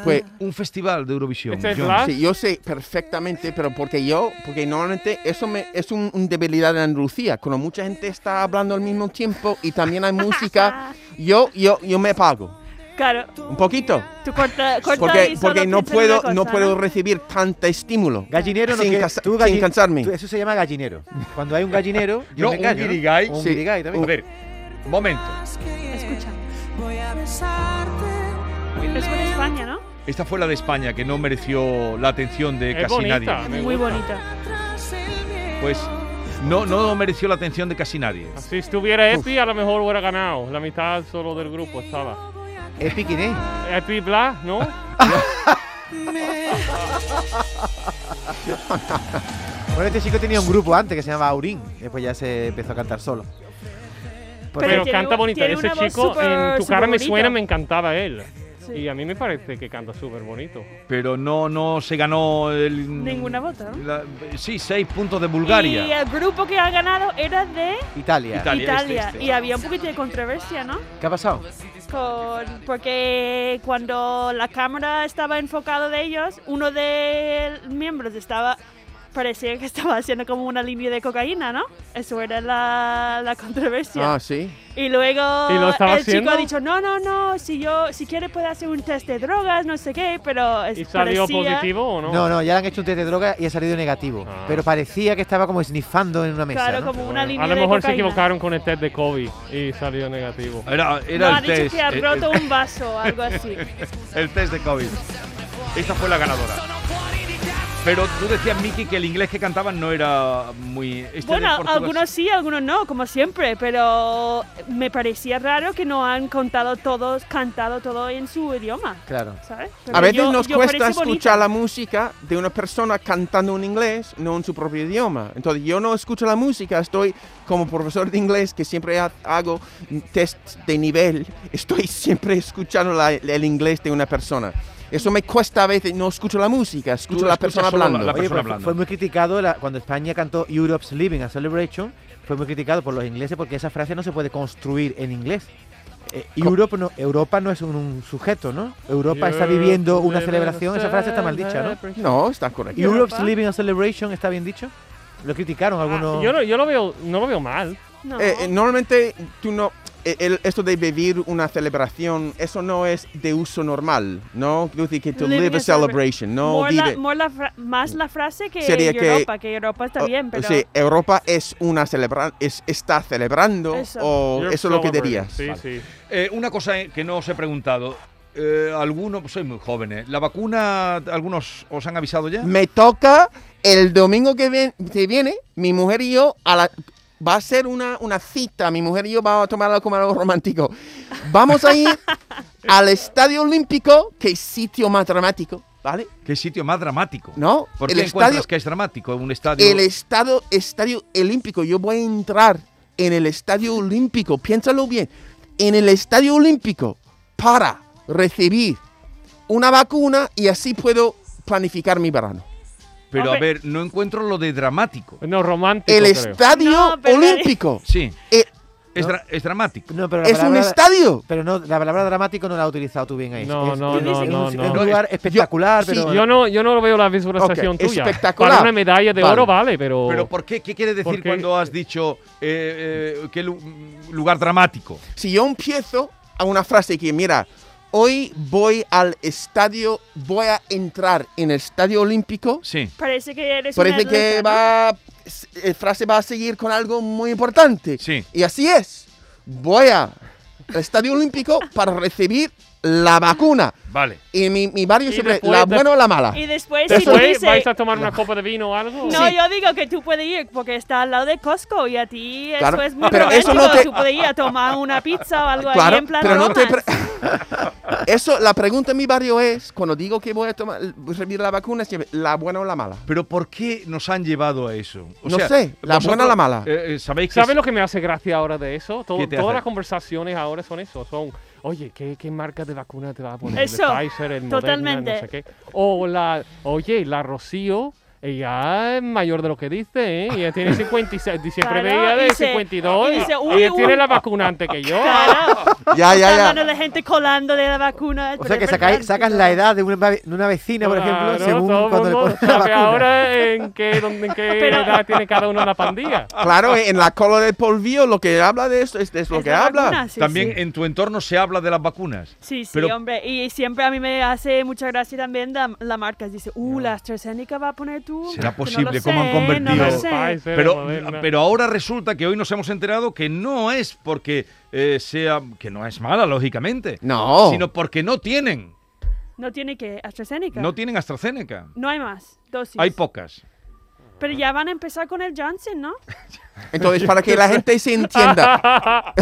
Speaker 5: Pues
Speaker 2: Un festival de Eurovisión.
Speaker 3: Este es
Speaker 2: John.
Speaker 4: Ah.
Speaker 3: la-
Speaker 5: Sí, yo sé perfectamente, pero porque yo, porque normalmente eso me, es un, un debilidad de Andalucía, cuando mucha gente está hablando al mismo tiempo y también hay música, yo, yo, yo me pago
Speaker 4: Claro,
Speaker 5: un poquito,
Speaker 4: tú corta, corta
Speaker 5: porque,
Speaker 4: y solo
Speaker 5: porque no
Speaker 4: piensa en una
Speaker 5: puedo, no
Speaker 4: cosa,
Speaker 5: puedo recibir tanto estímulo.
Speaker 6: Gallinero no
Speaker 5: Sin
Speaker 6: que-
Speaker 5: casa-
Speaker 6: tú
Speaker 5: sin
Speaker 6: galli-
Speaker 5: cansarme.
Speaker 6: tú- eso se llama gallinero. Cuando hay un gallinero, yo
Speaker 2: No,
Speaker 6: me
Speaker 2: un
Speaker 6: callo, ¿no?
Speaker 2: guirigay.
Speaker 6: Un
Speaker 5: Sí.
Speaker 6: guirigay también.
Speaker 2: A ver, momento.
Speaker 4: Escucha,
Speaker 7: Voy a besarte.
Speaker 4: es buena España, ¿no?
Speaker 2: Esta fue la de España que no mereció la atención de
Speaker 3: Es
Speaker 2: casi
Speaker 3: bonita.
Speaker 2: nadie.
Speaker 3: Me
Speaker 4: Muy
Speaker 3: gusta.
Speaker 4: bonita.
Speaker 2: Pues no, no mereció la atención de casi nadie.
Speaker 3: Si estuviera Epi, a lo mejor hubiera ganado. La mitad solo del grupo estaba.
Speaker 6: Es piquiné.
Speaker 3: Epi Blas, ¿no?
Speaker 6: Bueno, este chico tenía un grupo antes que se llamaba Aurín. Después ya se empezó a cantar solo. Porque-
Speaker 3: Pero,
Speaker 4: tiene
Speaker 3: canta
Speaker 4: un-
Speaker 3: bonito.
Speaker 4: tiene
Speaker 3: Ese
Speaker 4: una voz
Speaker 3: chico, en
Speaker 4: súper-
Speaker 3: tu cara me
Speaker 4: superbonita.
Speaker 3: suena, me encantaba él.
Speaker 4: Sí.
Speaker 3: Y a mí me parece que canta súper bonito.
Speaker 2: Pero no, no se ganó el,
Speaker 4: Ninguna vota, ¿no?
Speaker 2: la- sí, seis puntos de
Speaker 4: Y
Speaker 2: Bulgaria.
Speaker 4: el grupo que ha ganado era de
Speaker 2: Italia.
Speaker 6: Italia.
Speaker 2: este,
Speaker 4: Italia.
Speaker 2: este.
Speaker 4: Y había un poquito de controversia, ¿no?
Speaker 6: ¿Qué ha pasado?
Speaker 4: Con- porque cuando la cámara estaba enfocada de ellos, uno de los miembros estaba, parecía que estaba haciendo como una línea de cocaína, ¿no? Eso era la, la controversia.
Speaker 5: Ah, sí.
Speaker 4: Y luego
Speaker 3: ¿Y lo estaba
Speaker 4: el
Speaker 3: haciendo?
Speaker 4: chico ha dicho, no, no, no, si yo, si quiere puede hacer un test de drogas, no sé qué, pero es,
Speaker 3: ¿Y salió
Speaker 4: parecía-
Speaker 3: positivo o no?
Speaker 6: No, no, ya le han hecho un test de droga y ha salido negativo.
Speaker 3: Ah.
Speaker 6: Pero parecía que estaba como sniffando en una mesa.
Speaker 4: Claro,
Speaker 6: ¿no?
Speaker 4: como una línea
Speaker 3: a lo
Speaker 4: de
Speaker 3: mejor se
Speaker 4: cocaína.
Speaker 3: equivocaron con el test de COVID y salió negativo.
Speaker 2: Era,
Speaker 4: No,
Speaker 2: era
Speaker 4: ha
Speaker 2: el,
Speaker 4: dicho
Speaker 2: test,
Speaker 4: que ha
Speaker 2: el-
Speaker 4: roto
Speaker 2: el-
Speaker 4: un vaso, algo así.
Speaker 5: Este
Speaker 2: el test de COVID. Esta fue la ganadora. Pero tú decías, Miki, que el inglés que cantaban no era muy... este de
Speaker 4: Bueno,
Speaker 2: Portugal-
Speaker 4: algunos sí, algunos no, como siempre, pero me parecía raro que no han contado todos, cantado todo en su idioma,
Speaker 6: Claro.
Speaker 4: ¿sabes? Pero
Speaker 5: A veces
Speaker 4: yo-
Speaker 5: nos
Speaker 4: yo
Speaker 5: cuesta
Speaker 4: parece bonito.
Speaker 5: escuchar la música de una persona cantando en inglés, no en su propio idioma. Entonces yo no escucho la música, estoy como profesor de inglés que siempre ha- hago test de nivel, estoy siempre escuchando la- el inglés de una persona. Eso me cuesta a veces, no escucho la música, escucho
Speaker 2: Tú
Speaker 5: a la
Speaker 2: escuchas
Speaker 5: persona
Speaker 2: solo la-
Speaker 5: hablando. Eh,
Speaker 2: la
Speaker 6: Oye,
Speaker 2: persona
Speaker 6: pero fue-
Speaker 2: hablando.
Speaker 6: fue muy criticado la- cuando España cantó Europe's Living a Celebration. Fue muy criticado por los ingleses porque esa frase no se puede construir en inglés. Eh, Europe no- Europa no es un, un sujeto, ¿no? Europa está viviendo una celebración. Esa frase está mal dicha, ¿no?
Speaker 5: No, está correcto.
Speaker 6: Europe's
Speaker 4: Europa.
Speaker 6: Living a Celebration está bien dicho. Lo criticaron algunos.
Speaker 3: Ah, yo no, yo lo veo, no lo veo mal.
Speaker 4: No.
Speaker 5: Eh, eh, normalmente tú no... eh, el- esto de vivir una celebración, eso no es de uso normal, ¿no? Quiero decir que to
Speaker 4: Living
Speaker 5: live
Speaker 4: a
Speaker 5: a celebration, no
Speaker 4: More la-
Speaker 5: vive-
Speaker 4: more la fra- más la frase que
Speaker 5: Sería que-
Speaker 4: Europa, que, Europa está
Speaker 5: O-
Speaker 4: bien, pero
Speaker 5: sí, Europa es una celebra es, está celebrando
Speaker 4: Eso.
Speaker 5: o
Speaker 3: You're
Speaker 5: Oh, eso es lo que
Speaker 3: celebrating.
Speaker 5: dirías.
Speaker 3: Sí,
Speaker 5: Vale.
Speaker 3: sí.
Speaker 2: Eh, una cosa eh, que no os he preguntado. Eh, algunos, sois muy jóvenes. ¿La vacuna, algunos os han avisado ya?
Speaker 5: Me toca el domingo que, ven- que viene, mi mujer y yo a la va a ser una, una cita, mi mujer y yo vamos a tomarlo como algo romántico. Vamos a ir al Estadio Olímpico, que es sitio más dramático, ¿vale?
Speaker 2: Qué sitio más dramático.
Speaker 5: ¿No?
Speaker 2: ¿Por
Speaker 5: el
Speaker 2: qué
Speaker 5: estadio
Speaker 2: encuentras que es dramático un estadio?
Speaker 5: el estado, estadio olímpico. Yo voy a entrar en el estadio olímpico. Piénsalo bien. En el estadio olímpico para recibir una vacuna y así puedo planificar mi verano.
Speaker 2: Pero a
Speaker 4: Hombre.
Speaker 2: ver, no encuentro lo de dramático.
Speaker 3: No, romántico.
Speaker 5: El
Speaker 3: creo.
Speaker 5: estadio
Speaker 4: No, pero-
Speaker 5: olímpico.
Speaker 2: Sí.
Speaker 5: Eh,
Speaker 2: Es,
Speaker 6: No.
Speaker 2: dra- es dramático.
Speaker 6: No, pero la
Speaker 5: ¡Es un
Speaker 6: palabra-
Speaker 5: estadio!
Speaker 6: Pero no, la palabra dramático no la has utilizado tú bien ahí.
Speaker 3: No,
Speaker 6: Es-
Speaker 3: no,
Speaker 6: es-
Speaker 3: no,
Speaker 6: es un-
Speaker 3: no,
Speaker 6: es
Speaker 3: no.
Speaker 6: un lugar espectacular,
Speaker 5: sí,
Speaker 6: pero.
Speaker 3: Yo no, yo no veo la visualización
Speaker 5: Ok,
Speaker 3: tuya.
Speaker 5: espectacular.
Speaker 3: Para una medalla de
Speaker 5: Vale.
Speaker 3: oro vale, pero...
Speaker 2: ¿Pero por qué? ¿Qué quiere decir
Speaker 3: Porque-
Speaker 2: cuando has dicho eh, eh, qué lu- lugar dramático?
Speaker 5: Si yo empiezo a una frase que, mira, hoy voy al estadio, voy a entrar en el estadio olímpico,
Speaker 2: Sí.
Speaker 4: Parece que eres un
Speaker 5: parece que
Speaker 4: atleta, ¿no?
Speaker 5: va, s- eh, frase va a seguir con algo muy importante.
Speaker 2: Sí.
Speaker 5: Y así es. Voy a- al estadio olímpico para recibir la vacuna.
Speaker 2: Vale.
Speaker 5: Y mi, mi barrio
Speaker 3: Y
Speaker 5: siempre,
Speaker 3: después
Speaker 5: la
Speaker 3: de-
Speaker 5: buena o la mala.
Speaker 4: Y después, si tú
Speaker 3: Después
Speaker 4: dices...
Speaker 3: vais a tomar una copa de vino o algo.
Speaker 4: No,
Speaker 5: Sí.
Speaker 4: yo digo que tú puedes ir porque está al lado de Costco y a ti
Speaker 5: Claro, Ah,
Speaker 4: eso es muy
Speaker 5: pero eso no
Speaker 4: romántico.
Speaker 5: te-
Speaker 4: Tú puedes ir a tomar una pizza o algo
Speaker 5: Claro,
Speaker 4: ahí en plan
Speaker 5: pero no te
Speaker 4: romance.
Speaker 5: pre- Eso, la pregunta en mi barrio es, cuando digo que voy a tomar, recibir la vacuna, siempre, ¿la buena o la mala?
Speaker 2: ¿Pero por qué nos han llevado a eso?
Speaker 5: No sé, la buena o la mala.
Speaker 2: eh, eh, ¿Sabéis que
Speaker 3: ¿Sabes lo que me hace gracia ahora de eso? Todo-
Speaker 2: ¿Qué te
Speaker 3: todas
Speaker 2: hace?
Speaker 3: las conversaciones ahora son eso. Son, oye, ¿qué, qué marca de vacuna te va a poner? ¿El
Speaker 4: Eso,
Speaker 3: Pfizer, el Moderna,
Speaker 4: totalmente.
Speaker 3: no sé qué. O la, oye, la Rocío, ella es mayor de lo que dice, ¿eh? Ella tiene 56, siempre
Speaker 4: Claro,
Speaker 3: veía de
Speaker 4: y se-
Speaker 3: 52.
Speaker 4: y dice, uy,
Speaker 3: ella
Speaker 4: uy.
Speaker 3: tiene la vacuna antes que yo.
Speaker 4: Claro,
Speaker 5: Ya, ya, ya.
Speaker 4: hablando de la gente colando de la vacuna.
Speaker 6: O
Speaker 4: pero
Speaker 6: sea que
Speaker 4: es
Speaker 6: sacáis-
Speaker 4: verdad.
Speaker 6: sacas la edad de una, de una vecina, por ejemplo,
Speaker 3: Claro,
Speaker 6: según
Speaker 3: todo el
Speaker 6: cuando le
Speaker 3: mundo
Speaker 6: ponen la
Speaker 3: sabe
Speaker 6: vacuna.
Speaker 3: ahora en qué, dónde, en qué
Speaker 4: Pero-
Speaker 3: edad tiene cada uno la pandilla.
Speaker 5: Claro, en la cola del polvillo lo que habla de esto es, es lo
Speaker 4: Es
Speaker 5: que
Speaker 4: la
Speaker 5: habla.
Speaker 4: vacuna, sí,
Speaker 2: También
Speaker 4: sí.
Speaker 2: en tu entorno se habla de las vacunas.
Speaker 4: Sí, sí,
Speaker 2: Pero-
Speaker 4: hombre. Y siempre a mí me hace mucha gracia también la, la marca. Dice, uh, la AstraZeneca va a poner tú.
Speaker 2: ¿Será
Speaker 4: Que no
Speaker 2: posible
Speaker 4: lo
Speaker 2: cómo han
Speaker 4: sé,
Speaker 2: convertido-
Speaker 4: No
Speaker 3: El
Speaker 4: lo
Speaker 2: Pero-
Speaker 4: sé.
Speaker 3: Pfizer, el
Speaker 2: Pero,
Speaker 3: Moderna.
Speaker 2: pero ahora resulta que hoy nos hemos enterado que no es porque eh, sea. que no es mala, lógicamente.
Speaker 5: No.
Speaker 2: Sino porque no tienen.
Speaker 4: No tiene que AstraZeneca.
Speaker 2: No tienen AstraZeneca.
Speaker 4: No hay más dosis.
Speaker 2: Hay pocas.
Speaker 4: Pero ya van a empezar con el Johnson, ¿no?
Speaker 5: Entonces, para que la gente se entienda.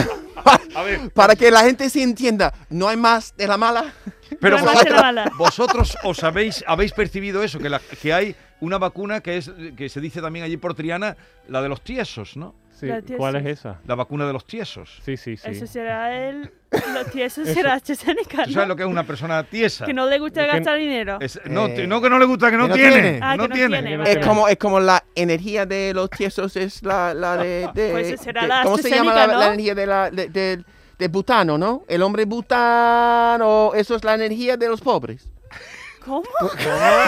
Speaker 5: para que la gente se entienda, no hay más de la mala.
Speaker 2: Pero
Speaker 4: No hay más de la mala.
Speaker 2: vosotros os habéis, habéis percibido eso, que, la- que hay una vacuna que es que se dice también allí por Triana, la de los tiesos, ¿no?
Speaker 3: Sí,
Speaker 4: La tía
Speaker 3: ¿Cuál
Speaker 4: sí.
Speaker 3: es esa?
Speaker 2: La vacuna de los tiesos.
Speaker 3: Sí, sí, sí.
Speaker 4: Eso será el... Lo tieso será AstraZeneca,
Speaker 2: ¿Tú sabes
Speaker 4: ¿no?
Speaker 2: lo que es una persona tiesa?
Speaker 4: Que no le gusta
Speaker 3: Que-
Speaker 4: gastar dinero.
Speaker 2: Es- no,
Speaker 6: Eh,
Speaker 2: ti- no que no le gusta, que no,
Speaker 6: que no
Speaker 2: tiene.
Speaker 6: tiene.
Speaker 4: Ah,
Speaker 2: no,
Speaker 4: que no
Speaker 2: tiene.
Speaker 4: tiene,
Speaker 5: Es
Speaker 4: vale.
Speaker 5: como, es como la energía de los tiesos, es la, la de, de-
Speaker 4: Pues será
Speaker 5: de-
Speaker 4: la
Speaker 5: ¿Cómo se llama la,
Speaker 4: AstraZeneca,
Speaker 5: la
Speaker 4: ¿no?
Speaker 5: energía de, la, de, de- de Butano, no? El hombre Butano, eso es la energía de los pobres.
Speaker 4: ¿Cómo?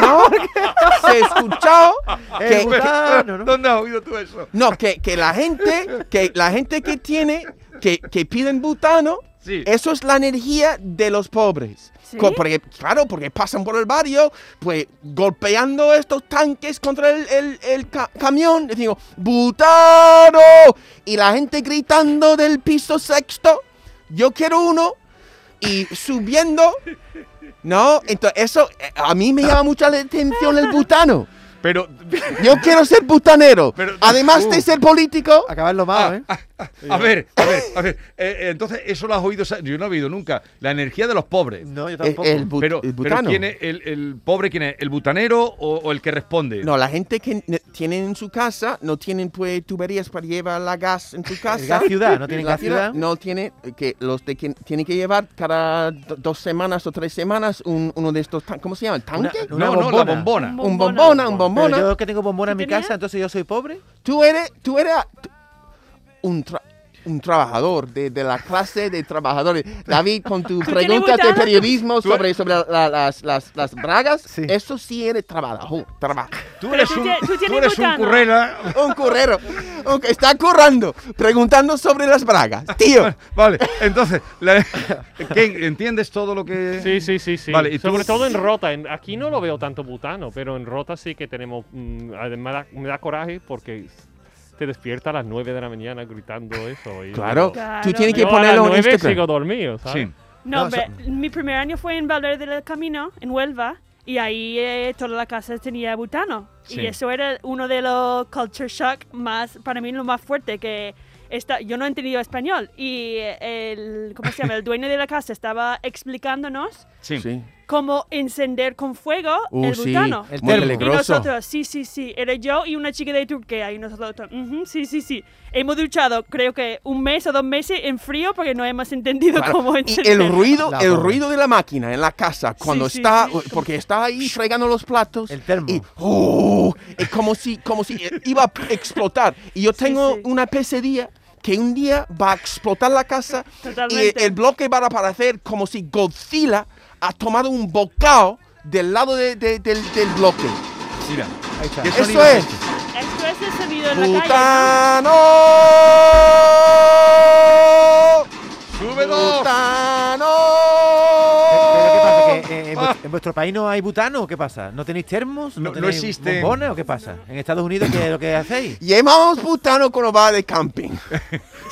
Speaker 5: ¿No? Se ha escuchado que,
Speaker 6: El butano, ¿no?
Speaker 2: ¿Dónde has oído tú eso?
Speaker 5: No, que, que la gente, que la gente que tiene, que, que piden butano,
Speaker 2: Sí.
Speaker 5: eso es la energía de los pobres.
Speaker 4: ¿Sí?
Speaker 5: Co- Porque, claro, porque pasan por el barrio, pues golpeando estos tanques contra el, el- el ca- camión, y digo, ¡butano! Y la gente gritando del piso sexto, yo quiero uno, y subiendo, ¿no? Entonces, eso eh, a mí me llama mucho la atención el butano.
Speaker 2: Pero,
Speaker 5: Yo quiero ser butanero.
Speaker 2: Pero-
Speaker 5: Además
Speaker 2: Uh.
Speaker 5: de ser político.
Speaker 6: Acabar lo malo, ¿eh?
Speaker 2: ah, a ver, a ver, a ver. eh, eh, entonces, eso lo has oído. sa- Yo no he oído nunca. La energía de los pobres.
Speaker 6: No, yo
Speaker 5: El,
Speaker 6: tampoco.
Speaker 5: eh, el but-
Speaker 2: pero, pero
Speaker 5: el butano.
Speaker 2: ¿quién es el, el pobre? ¿Quién es? ¿El butanero o, o el que responde?
Speaker 5: No, la gente que ne- tienen en su casa no tienen pues tuberías para llevar la gas en su casa.
Speaker 6: gas ciudad, no tienen
Speaker 5: La
Speaker 6: gas ciudad.
Speaker 5: No tiene eh, que los de que tienen que llevar cada do- dos semanas o tres semanas un- uno de estos tan- ¿cómo se llama? ¿El
Speaker 6: Una-
Speaker 5: tanque?
Speaker 2: no,
Speaker 6: una
Speaker 2: no, la bombona.
Speaker 5: un bombona, un
Speaker 6: Pero
Speaker 5: bombona.
Speaker 6: yo que tengo bombona en
Speaker 4: ¿Tú
Speaker 6: mi
Speaker 4: tenías?
Speaker 6: casa, entonces yo soy pobre.
Speaker 5: Tú eres tú eres a- tú- un tra- un trabajador de, de la clase de trabajadores. David, con tu
Speaker 4: tienes
Speaker 5: pregunta de
Speaker 4: butano?
Speaker 5: periodismo sobre, sobre la- la- las, las, las bragas,
Speaker 6: Sí.
Speaker 5: eso sí eres trabajo, trabajo.
Speaker 2: Tú
Speaker 4: Pero
Speaker 2: eres
Speaker 4: tú
Speaker 2: un,
Speaker 4: tie- tú
Speaker 2: tú
Speaker 4: tienes
Speaker 2: eres un
Speaker 4: butano.
Speaker 2: currela.
Speaker 5: Un currero. aunque está currando, preguntando sobre las bragas. Tío,
Speaker 2: Vale, entonces, la- ¿qué? ¿entiendes todo lo que...?
Speaker 3: Sí, sí, sí, sí.
Speaker 2: Vale, ¿y tú?
Speaker 3: Sobre todo en Rota. En- aquí no lo veo tanto butano, pero en Rota sí que tenemos... mm, además, da- me da coraje porque te despierta a las 9 de la mañana gritando eso. y
Speaker 5: claro,
Speaker 3: yo-
Speaker 5: tú tienes que
Speaker 3: yo a
Speaker 5: ponerlo
Speaker 3: las
Speaker 5: en
Speaker 3: 9
Speaker 5: Instagram.
Speaker 3: sigo dormido, ¿sabes?
Speaker 2: Sí.
Speaker 4: No,
Speaker 6: No,
Speaker 4: hombre, mi primer año fue en Valverde del Camino, en Huelva, y ahí eh, toda la casa tenía butano.
Speaker 2: Sí.
Speaker 4: Y eso era uno de los culture shock más, para mí, lo más fuerte que... Esta, yo no he entendido español y eh, el, ¿cómo se llama? el dueño de la casa estaba explicándonos
Speaker 2: Sí.
Speaker 5: Sí.
Speaker 4: cómo encender con fuego
Speaker 5: Uh,
Speaker 4: el
Speaker 5: sí,
Speaker 4: butano.
Speaker 6: El
Speaker 5: muy
Speaker 6: termo.
Speaker 4: Y
Speaker 5: peligroso.
Speaker 4: nosotros, sí, sí, sí, era yo y una chica de Turquía y nosotros, ujú, sí, sí, sí. Hemos duchado creo que un mes o dos meses en frío porque no hemos entendido
Speaker 5: Claro,
Speaker 4: cómo
Speaker 5: Y
Speaker 4: encender.
Speaker 5: el ruido,
Speaker 6: La
Speaker 5: el
Speaker 6: pobre.
Speaker 5: ruido de la máquina en la casa cuando
Speaker 4: sí,
Speaker 5: está,
Speaker 4: sí.
Speaker 5: porque está ahí fregando los platos.
Speaker 6: El termo.
Speaker 5: Y ¡oh! es como si, como si iba a explotar. Y yo tengo
Speaker 4: sí.
Speaker 5: una pesadilla que un día va a explotar la casa
Speaker 4: Totalmente.
Speaker 5: y el bloque va a aparecer como si Godzilla ha tomado un bocado del lado de- de- del, del bloque.
Speaker 2: Mira.
Speaker 6: Ahí está.
Speaker 2: ¿Qué
Speaker 5: Eso
Speaker 2: sonido
Speaker 5: es.
Speaker 2: este?
Speaker 4: Esto es el sonido en la calle.
Speaker 5: ¡Butano!
Speaker 2: ¡Sube dos!
Speaker 6: ¿Pero qué pasa?
Speaker 5: ¡Butano!
Speaker 6: ¿Que, eh, en, vuest- en vuestro país no hay butano o qué pasa? ¿No tenéis termos?
Speaker 2: No- no
Speaker 6: tenéis
Speaker 2: existe.
Speaker 6: bombones o qué pasa? ¿En Estados Unidos qué es lo que hacéis?
Speaker 5: Llevamos butano cuando va de camping.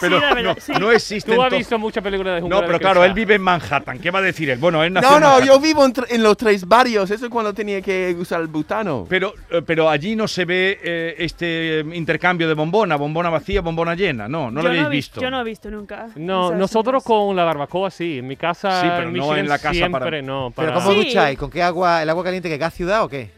Speaker 2: Pero
Speaker 4: Sí, la verdad,
Speaker 2: no,
Speaker 4: sí.
Speaker 2: no existe.
Speaker 3: Tú has
Speaker 2: entonces-
Speaker 3: visto muchas películas de
Speaker 2: No,
Speaker 3: jungla
Speaker 2: pero
Speaker 3: de
Speaker 2: claro,
Speaker 3: Cresa.
Speaker 2: él vive en Manhattan. ¿Qué va a decir él? Bueno, él nació
Speaker 5: No,
Speaker 2: en
Speaker 5: no,
Speaker 2: Manhattan.
Speaker 5: yo vivo en, tr- en los tres barrios. Eso es cuando tenía que usar el butano.
Speaker 2: Pero, eh, pero allí no se ve eh, este eh, intercambio de bombona, bombona vacía, bombona llena. No, no lo
Speaker 4: Yo
Speaker 2: habéis
Speaker 4: he vi-
Speaker 2: visto.
Speaker 4: Yo no he visto nunca.
Speaker 3: No,
Speaker 4: esas
Speaker 3: nosotros
Speaker 4: cosas.
Speaker 3: con la barbacoa sí. En mi casa.
Speaker 2: Sí, pero no
Speaker 3: Michigan,
Speaker 2: en la casa
Speaker 3: siempre,
Speaker 2: para-
Speaker 3: no.
Speaker 6: ¿Pero
Speaker 3: para-
Speaker 6: cómo
Speaker 4: Sí.
Speaker 6: ducháis? ¿Con qué agua? ¿El agua caliente que gas ciudad o qué?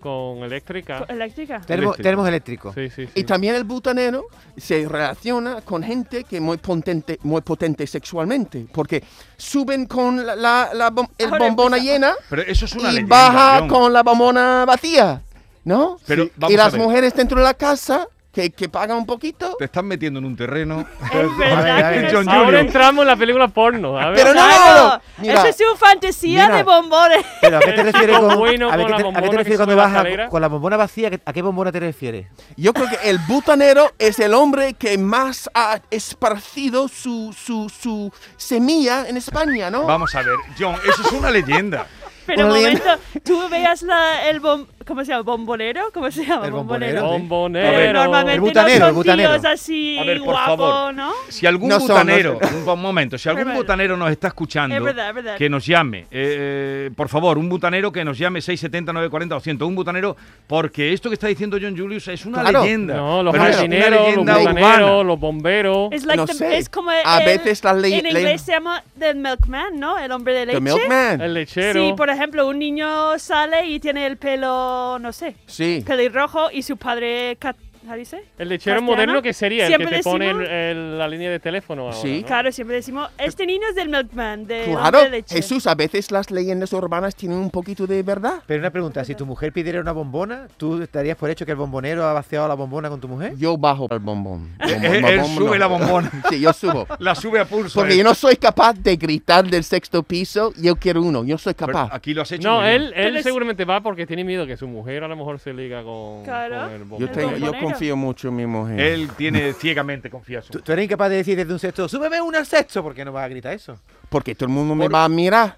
Speaker 3: Con eléctrica.
Speaker 4: Eléctrica.
Speaker 6: Termo-
Speaker 2: Eléctrico.
Speaker 6: termos eléctricos.
Speaker 3: Sí, sí, sí.
Speaker 5: Y también el butanero se relaciona con gente que es muy potente, muy potente sexualmente, porque suben con la, la- la bom- el
Speaker 4: Ahora
Speaker 5: bombona
Speaker 4: empieza.
Speaker 5: llena
Speaker 2: Pero eso es una
Speaker 5: y
Speaker 2: leyenda.
Speaker 5: baja
Speaker 2: John.
Speaker 5: con la bombona vacía, ¿no?
Speaker 2: Pero
Speaker 5: Sí.
Speaker 2: vamos
Speaker 5: y
Speaker 2: a
Speaker 5: las
Speaker 2: ver.
Speaker 5: mujeres dentro de la casa que, que pagan un poquito.
Speaker 2: Te estás metiendo en un terreno.
Speaker 4: Es verdad.
Speaker 6: ver,
Speaker 4: que
Speaker 2: John
Speaker 4: no es-
Speaker 2: Junior.
Speaker 3: Ahora entramos en la película porno. A ver.
Speaker 5: Pero no,
Speaker 4: Claro,
Speaker 5: no, no. Mira.
Speaker 4: Eso es su fantasía
Speaker 6: Mira.
Speaker 4: de bombones.
Speaker 6: ¿Pero a qué te
Speaker 3: El
Speaker 6: refieres
Speaker 3: chico
Speaker 6: con,
Speaker 3: bueno
Speaker 6: a ver,
Speaker 3: con la
Speaker 6: ¿qué te- a qué
Speaker 3: bombona
Speaker 6: te
Speaker 3: que
Speaker 6: refieres cuando
Speaker 3: sube la
Speaker 6: vas a,
Speaker 3: escalera?
Speaker 6: con la bombona vacía? ¿A qué bombona te refieres?
Speaker 5: Yo creo que el butanero es el hombre que más ha esparcido su, su, su semilla en España, ¿no?
Speaker 2: Vamos a ver, John, eso es una leyenda.
Speaker 4: Pero un
Speaker 5: Una
Speaker 4: momento, tú veías la, el bom, ¿cómo se llama? ¿Bombonero? ¿Cómo se llama?
Speaker 6: El bombonero.
Speaker 4: Pero
Speaker 2: A ver,
Speaker 3: Bombonero.
Speaker 4: normalmente
Speaker 6: el butanero,
Speaker 4: no
Speaker 6: el
Speaker 4: son
Speaker 6: butanero.
Speaker 4: tíos así
Speaker 2: A ver, por
Speaker 4: guapo,
Speaker 2: favor.
Speaker 4: ¿no?
Speaker 2: Si algún
Speaker 5: No son, no
Speaker 2: butanero,
Speaker 5: son.
Speaker 2: un, un momento, si algún
Speaker 4: Es verdad.
Speaker 2: butanero nos está escuchando,
Speaker 4: Es verdad, es verdad.
Speaker 2: que nos llame. Eh, eh, por favor, un butanero que nos llame 670 940 200, un butanero porque esto que está diciendo John Julius es una
Speaker 5: Claro.
Speaker 2: leyenda.
Speaker 3: No, los
Speaker 2: pero es una
Speaker 3: jardineros, los
Speaker 2: leyenda
Speaker 3: butaneros,
Speaker 2: urbana.
Speaker 3: los bomberos.
Speaker 4: Es, like
Speaker 5: No
Speaker 4: the-
Speaker 5: sé.
Speaker 4: es como
Speaker 5: A
Speaker 4: el-
Speaker 5: veces las ley-
Speaker 4: En
Speaker 5: ley-
Speaker 4: inglés se llama The Milkman, ¿no? El hombre de leche.
Speaker 5: The Milkman.
Speaker 3: El lechero.
Speaker 4: Sí, por ejemplo, un niño sale y tiene el pelo, no sé,
Speaker 5: Sí.
Speaker 4: pelirrojo y su padre, ca- ¿cómo dice?
Speaker 3: El lechero
Speaker 4: Castellano.
Speaker 3: moderno que sería el que
Speaker 4: Siempre
Speaker 3: te pone
Speaker 4: decimos-
Speaker 3: el- el- la línea de teléfono ahora.
Speaker 5: Sí,
Speaker 3: ¿no?
Speaker 4: Claro, siempre decimos, este niño es del Milkman, de
Speaker 5: Claro,
Speaker 4: de leche.
Speaker 5: Jesús, a veces las leyendas urbanas tienen un poquito de verdad.
Speaker 6: Pero una pregunta, si tu mujer pidiera una bombona, ¿tú estarías por hecho que el bombonero ha vaciado la bombona con tu mujer?
Speaker 5: Yo bajo el bombón. Bombón,
Speaker 2: él
Speaker 5: bombón,
Speaker 2: sube la bombona.
Speaker 5: Sí, yo subo.
Speaker 2: La sube a pulso.
Speaker 5: Porque
Speaker 2: eh.
Speaker 5: yo no soy capaz de gritar del sexto piso, yo quiero uno, yo soy
Speaker 2: Pero
Speaker 5: capaz.
Speaker 2: Aquí lo has hecho.
Speaker 3: No,
Speaker 2: muy bien.
Speaker 3: él, él
Speaker 4: Pero es-
Speaker 3: seguramente va porque tiene miedo que su mujer a lo mejor se liga con,
Speaker 4: Claro.
Speaker 3: con el bombón.
Speaker 5: Yo,
Speaker 4: el
Speaker 5: tengo, yo
Speaker 4: bombonero.
Speaker 5: confío mucho en mi mujer.
Speaker 2: Él tiene ciegamente confianza.
Speaker 6: ¿Tú, tú eres incapaz de decir desde un sexto, súbeme un al sexto? ¿Por qué no vas a gritar eso?
Speaker 5: Porque todo el mundo me va a mirar.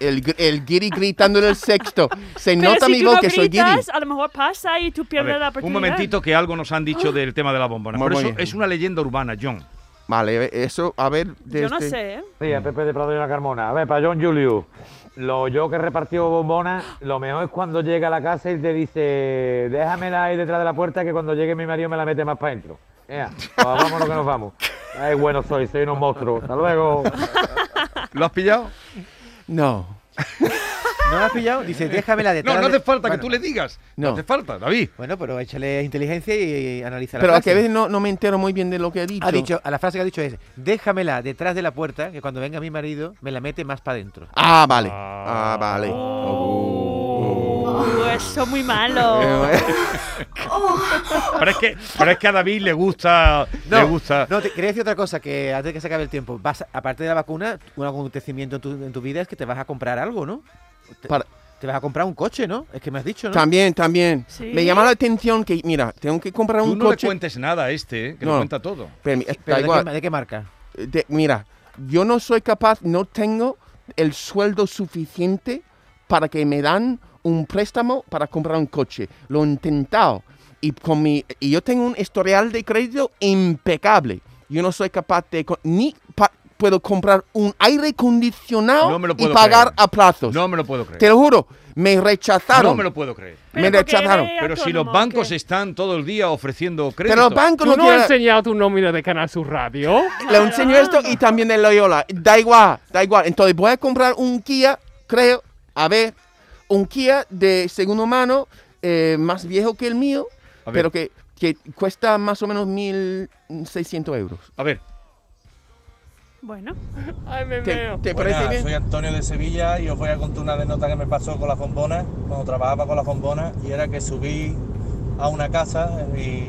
Speaker 5: El, gr- el guiri gritando en el sexto. Se
Speaker 4: Pero
Speaker 5: nota
Speaker 4: si
Speaker 5: mi
Speaker 4: tú
Speaker 5: voz
Speaker 4: no
Speaker 5: que soy guiri.
Speaker 4: gritas, a lo mejor pasa y tú
Speaker 2: A
Speaker 4: pierdes
Speaker 2: ver,
Speaker 4: la oportunidad.
Speaker 2: un momentito que algo nos han dicho del tema de la bombona.
Speaker 5: Muy
Speaker 2: Por eso
Speaker 5: bien.
Speaker 2: es una leyenda urbana, John.
Speaker 5: Vale, eh, eso, a ver. este.
Speaker 4: Yo no
Speaker 5: desde-
Speaker 4: sé, ¿eh?
Speaker 8: Sí, a Pepe de Prado y la Carmona. A ver, para John Julius, lo yo que repartió bombonas, lo mejor es cuando llega a la casa y te dice, déjamela ahí detrás de la puerta que cuando llegue mi marido me la mete más para adentro. Ea, pues vámonos que nos vamos. Ay, bueno soy, soy un monstruo. Hasta luego.
Speaker 2: ¿Lo has pillado?
Speaker 5: No.
Speaker 6: ¿No la has pillado? Dice, déjamela detrás.
Speaker 2: No, no
Speaker 6: de-
Speaker 2: hace falta
Speaker 6: Bueno,
Speaker 2: que tú le digas. No,
Speaker 5: No.
Speaker 2: hace falta, David.
Speaker 6: Bueno, pero échale inteligencia y, y analiza la
Speaker 5: Pero a
Speaker 6: frase.
Speaker 5: que a veces no, no me entero muy bien de lo que ha dicho.
Speaker 6: Ha dicho, a la frase que ha dicho es, déjamela detrás de la puerta, que cuando venga mi marido me la mete más para adentro.
Speaker 5: Ah, vale.
Speaker 3: Ah.
Speaker 5: Ah, vale.
Speaker 4: Oh, eso es muy
Speaker 5: Eh,
Speaker 4: malo.
Speaker 2: Pero es que, pero es que a David le gusta. le gusta.
Speaker 6: No, te quería decir otra cosa, que antes de que se acabe el tiempo, vas, a- aparte de la vacuna, un acontecimiento en tu, en tu vida es que te vas a comprar algo, ¿no? Te,
Speaker 5: Para-
Speaker 6: te vas a comprar un coche, ¿no? Es que me has dicho, ¿no?
Speaker 5: También, también.
Speaker 4: Sí.
Speaker 5: Me llama la atención que, mira, tengo que comprar
Speaker 2: Tú
Speaker 5: un
Speaker 2: no
Speaker 5: coche.
Speaker 2: le cuentes nada a este, eh, que
Speaker 5: No.
Speaker 2: lo cuenta todo.
Speaker 5: Pero mi- da
Speaker 6: Pero ¿de,
Speaker 5: igual.
Speaker 6: qué, ma- de qué marca?
Speaker 5: De- mira, yo no soy capaz, no tengo el sueldo suficiente para que me dan un préstamo para comprar un coche. Lo he intentado. Y, con mi, y yo tengo un historial de crédito impecable. Yo no soy capaz de... co- Ni pa- puedo comprar un aire acondicionado
Speaker 2: No me lo
Speaker 5: y
Speaker 2: puedo
Speaker 5: pagar
Speaker 2: creer.
Speaker 5: a plazos.
Speaker 2: No me lo puedo
Speaker 5: Te
Speaker 2: creer.
Speaker 5: lo juro, me rechazaron.
Speaker 2: No me lo puedo creer.
Speaker 5: me
Speaker 4: Pero porque
Speaker 5: rechazaron.
Speaker 4: eres
Speaker 2: Pero si los
Speaker 4: autónomo,
Speaker 2: bancos
Speaker 4: ¿qué?
Speaker 2: están todo el día ofreciendo crédito.
Speaker 5: Pero los bancos
Speaker 3: ¿Tú no has
Speaker 5: quieren-
Speaker 3: enseñado tu nómina de Canal Sur Radio?
Speaker 5: Le enseño esto y también de Loyola. Da igual, da igual. Entonces voy a comprar un Kia, creo, a ver, un Kia de segundo mano, eh, más viejo que el mío,
Speaker 2: A ver.
Speaker 5: pero que, que cuesta más o menos 1.600 euros.
Speaker 2: A ver,
Speaker 4: Bueno,
Speaker 3: Ay, me
Speaker 5: ¿Te,
Speaker 3: veo.
Speaker 5: te
Speaker 9: Buenas,
Speaker 5: parece bien?
Speaker 9: Pues soy Antonio de Sevilla y os voy a contar una nota que me pasó con las bombonas, cuando trabajaba con las bombonas, y era que subí a una casa y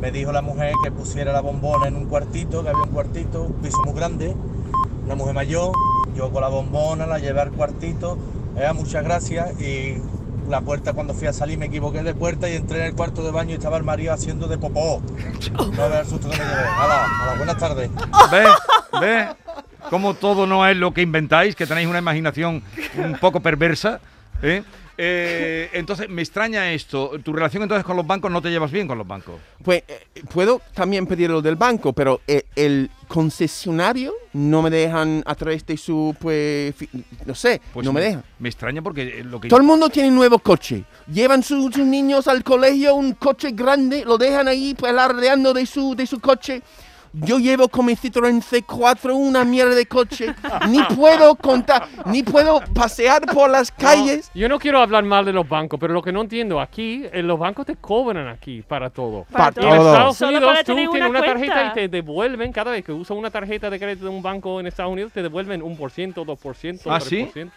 Speaker 9: Me dijo la mujer que pusiera la bombona en un cuartito, que había un cuartito, un piso muy grande. Una mujer mayor, yo con la bombona la llevé al cuartito. Era muchas gracias y la puerta cuando fui a salir me equivoqué de puerta y entré en el cuarto de baño y estaba el marido haciendo de popó. No veas el susto que me llevé. Hala, hala, buenas tardes.
Speaker 2: ¿Ves? ¿Ves? Como todo no es lo que inventáis, que tenéis una imaginación un poco perversa. ¿eh? Eh, entonces, me extraña esto. ¿Tu relación entonces con los bancos no te llevas bien con los bancos?
Speaker 5: Pues eh, puedo también pedir lo del banco, pero eh, el concesionario no me dejan a través de su, pues, fi- no sé,
Speaker 2: Pues
Speaker 5: no me dejan.
Speaker 2: Me extraña porque eh, lo que...
Speaker 5: Todo el mundo tiene nuevo coche. Llevan su- sus niños al colegio un coche grande, lo dejan ahí pues, alardeando de su, de su coche. Yo llevo con mi Citroën C4 una mierda de coche. Ni puedo contar, ni puedo pasear por las calles.
Speaker 3: Yo no quiero hablar mal de los bancos, pero lo que no entiendo aquí, eh, los bancos te cobran aquí para todo.
Speaker 4: Para
Speaker 3: Y en
Speaker 4: todo.
Speaker 3: Estados
Speaker 4: Solo
Speaker 3: Unidos
Speaker 4: para
Speaker 3: tú
Speaker 4: tener
Speaker 3: tienes una
Speaker 4: una
Speaker 3: tarjeta y
Speaker 4: cuenta.
Speaker 3: te devuelven cada vez que usas una tarjeta de crédito de un banco en Estados Unidos, te devuelven 1%, 2%,
Speaker 2: ¿Ah, sí?
Speaker 3: 3%.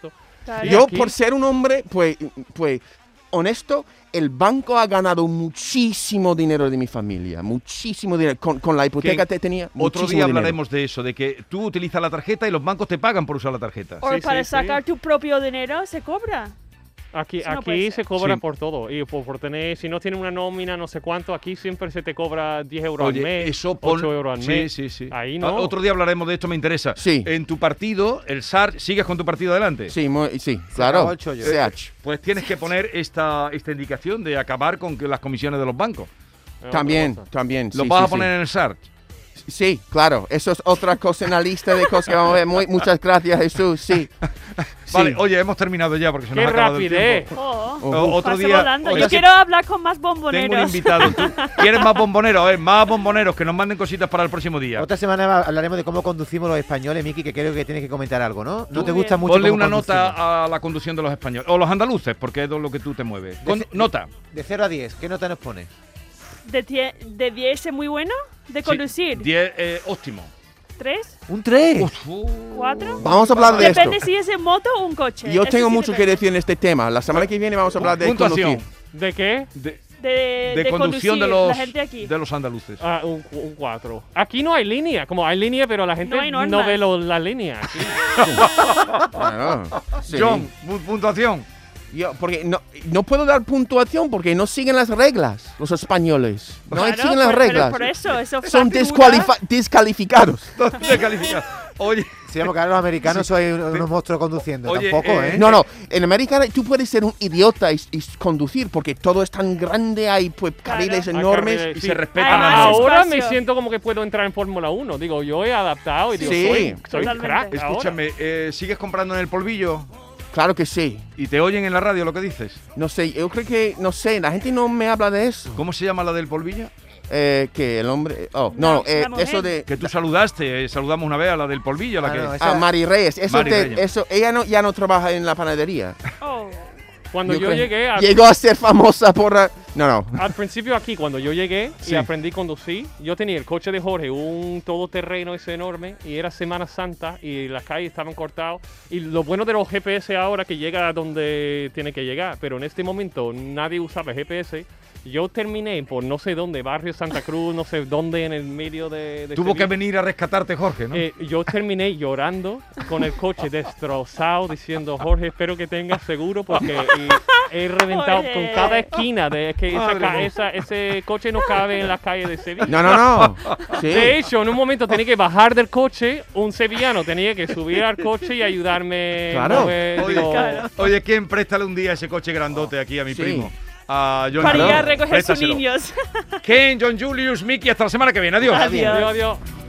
Speaker 4: Claro.
Speaker 3: Y
Speaker 5: Yo,
Speaker 3: aquí-
Speaker 5: por ser un hombre, pues, pues, honesto, el banco ha ganado muchísimo dinero de mi familia. Muchísimo dinero. Con, con la hipoteca
Speaker 2: Que
Speaker 5: que tenía.
Speaker 2: Otro
Speaker 5: muchísimo
Speaker 2: día
Speaker 5: dinero.
Speaker 2: hablaremos de eso, de que tú utilizas la tarjeta y los bancos te pagan por usar la tarjeta.
Speaker 4: O
Speaker 3: Sí,
Speaker 4: para
Speaker 3: sí, sí.
Speaker 4: sacar tu propio dinero se cobra.
Speaker 3: Aquí,
Speaker 4: Eso no puede
Speaker 3: aquí
Speaker 4: ser.
Speaker 3: se cobra
Speaker 2: Sí.
Speaker 3: por todo. Y por, por tener, si no tienes una nómina, no sé cuánto, aquí siempre se te cobra 10 euros
Speaker 2: Oye,
Speaker 3: al mes,
Speaker 2: eso pon-
Speaker 3: 8 euros al
Speaker 2: sí,
Speaker 3: mes.
Speaker 2: Sí, sí,
Speaker 3: Ahí
Speaker 2: Ah,
Speaker 3: no.
Speaker 2: Otro día hablaremos de esto, me interesa.
Speaker 5: Sí.
Speaker 2: En tu partido, el SAR, ¿sigues con tu partido adelante?
Speaker 5: Sí, muy- sí, claro.
Speaker 6: acabó el chollo.
Speaker 5: CH.
Speaker 2: Pues tienes que poner esta, esta indicación de acabar con que las comisiones de los bancos.
Speaker 3: Es otra
Speaker 5: También,
Speaker 3: cosa.
Speaker 5: también.
Speaker 2: Eh, ¿Lo
Speaker 5: sí,
Speaker 2: vas
Speaker 5: sí,
Speaker 2: a poner en el SAR?
Speaker 5: Sí. Sí, claro. Eso es otra cosa en la lista de cosas que vamos a ver. Muy- muchas gracias, Jesús. Sí. Sí.
Speaker 2: Vale, oye, hemos terminado ya porque se
Speaker 3: ¡Qué
Speaker 2: nos ha acabado el
Speaker 3: rapidez!
Speaker 2: tiempo.
Speaker 4: Oh,
Speaker 2: O- otro
Speaker 4: pasa
Speaker 2: día-
Speaker 4: volando.
Speaker 2: otro día-
Speaker 4: Yo quiero hablar con más
Speaker 2: Tengo un
Speaker 4: bomboneros.
Speaker 2: invitado. ¿Tú ¿Quieres más bomboneros? A ver, más bomboneros que nos manden cositas para el próximo día.
Speaker 6: Otra semana va- hablaremos de cómo conducimos los españoles, Miki, que creo que tienes que comentar algo, ¿no? No
Speaker 4: Muy
Speaker 6: te gusta
Speaker 4: bien.
Speaker 6: mucho.
Speaker 2: Ponle
Speaker 6: cómo
Speaker 2: una
Speaker 6: conducimos.
Speaker 2: nota a la conducción de los españoles. O los andaluces, porque es lo que tú te mueves. Con-
Speaker 6: Dece-
Speaker 2: nota.
Speaker 6: De 0 a 10, ¿qué nota nos pones?
Speaker 4: De, tie- de 10 es muy bueno. De conducir,
Speaker 2: Sí, diez, eh, óptimo.
Speaker 4: 3,
Speaker 6: Un 3.
Speaker 2: Uf, uh.
Speaker 4: 4.
Speaker 5: Vamos a hablar de esto.
Speaker 4: Depende si es en moto o un coche.
Speaker 5: Yo
Speaker 4: Eso
Speaker 5: tengo
Speaker 4: sí
Speaker 5: mucho que
Speaker 4: depende.
Speaker 5: decir en este tema. La semana que viene vamos a hablar de
Speaker 2: Puntuación.
Speaker 5: conducir.
Speaker 3: ¿De qué?
Speaker 2: De,
Speaker 4: De,
Speaker 2: de
Speaker 4: de
Speaker 2: conducción de
Speaker 4: conducir,
Speaker 2: los,
Speaker 4: La gente aquí.
Speaker 2: de los andaluces.
Speaker 3: Ah, un, cu- un 4. Aquí no hay línea. Como hay línea, pero la gente
Speaker 4: No hay
Speaker 3: no,
Speaker 4: normas.
Speaker 3: ve lo- la línea. aquí.
Speaker 5: Claro, sí.
Speaker 2: John, pu- puntuación.
Speaker 5: Yo- porque no, no puedo dar puntuación porque no siguen las reglas los españoles. No
Speaker 4: Claro,
Speaker 5: siguen las
Speaker 4: pero- pero
Speaker 5: reglas.
Speaker 4: Por eso, eso fue
Speaker 5: Son
Speaker 4: una
Speaker 5: descualifa- descalificados.
Speaker 2: Entonces, califica. Oye,
Speaker 6: Sí, vamos, que ahora los americanos son unos monstruos conduciendo.
Speaker 2: Oye,
Speaker 6: Tampoco,
Speaker 2: eh,
Speaker 6: ¿eh?
Speaker 5: No, no. En América tú puedes ser un idiota y, y conducir porque todo es tan grande, hay pues carriles
Speaker 3: Hay
Speaker 5: enormes.
Speaker 3: carriles,
Speaker 2: y
Speaker 3: sí. Ah,
Speaker 2: se respetan
Speaker 4: Ay,
Speaker 2: las
Speaker 4: ay,
Speaker 2: normas.
Speaker 4: ay.
Speaker 3: Ahora me
Speaker 4: espacio.
Speaker 3: siento como que puedo entrar en Fórmula 1. Digo, yo he adaptado y digo,
Speaker 5: Sí,
Speaker 3: soy, soy
Speaker 4: totalmente.
Speaker 3: crack. ahora.
Speaker 2: Escúchame, eh, ¿sigues comprando en el polvillo
Speaker 5: Claro que sí.
Speaker 2: y te oyen en la radio lo que dices?
Speaker 5: No sé, yo creo que, no sé, la gente no me habla de eso.
Speaker 2: ¿Cómo se llama la del polvillo?
Speaker 5: Eh, que el hombre... Oh, no, no,
Speaker 4: La-
Speaker 5: eh,
Speaker 4: la mujer.
Speaker 5: eso de...
Speaker 2: Que tú saludaste, eh, saludamos una vez a la del polvillo, a la
Speaker 6: Ah,
Speaker 2: que...
Speaker 6: no,
Speaker 5: Ah,
Speaker 6: Esa-
Speaker 5: Mari Reyes. Eso,
Speaker 2: Mari
Speaker 5: te-
Speaker 2: Reyes.
Speaker 5: eso ella no, ya no trabaja en la panadería.
Speaker 4: Oh,
Speaker 3: Cuando
Speaker 5: Yo
Speaker 3: yo,
Speaker 5: creo-
Speaker 3: llegué a
Speaker 5: Llegó a ser famosa por... ah, No, no.
Speaker 3: Al principio aquí, cuando yo llegué
Speaker 2: Sí.
Speaker 3: y aprendí a conducir, yo tenía el coche de Jorge, un todoterreno ese enorme, y era Semana Santa y las calles estaban cortadas. Y lo bueno de los GPS ahora que llega a donde tiene que llegar, pero en este momento nadie usaba GPS. Yo terminé por no sé dónde, barrio Santa Cruz, no sé dónde, en el medio de... este de
Speaker 2: Tuvo que
Speaker 3: Sevilla.
Speaker 2: venir a rescatarte Jorge, ¿no?
Speaker 3: Eh, yo terminé llorando con el coche destrozado, diciendo, Jorge, espero que tengas seguro porque eh, he reventado con
Speaker 4: Jorge.
Speaker 3: cada esquina. De, es que esa
Speaker 2: Madre
Speaker 3: ca-
Speaker 2: mía.
Speaker 3: esa- ese coche no cabe en las calles de Sevilla.
Speaker 5: No, no, no. Sí.
Speaker 3: De hecho, en un momento tenía que bajar del coche, un sevillano tenía que subir al coche y ayudarme.
Speaker 5: Claro.
Speaker 3: mover,
Speaker 2: Oye,
Speaker 3: digo,
Speaker 2: Oye, ¿quién préstale un día ese coche grandote aquí a mi
Speaker 5: Sí.
Speaker 2: primo? A John
Speaker 4: para ir a
Speaker 2: Julius.
Speaker 4: recoger sus
Speaker 2: Préstaselo.
Speaker 4: niños.
Speaker 2: Ken, John Julius, Mickey, hasta la semana que viene. Adiós.
Speaker 4: Adiós.
Speaker 3: adiós, adiós.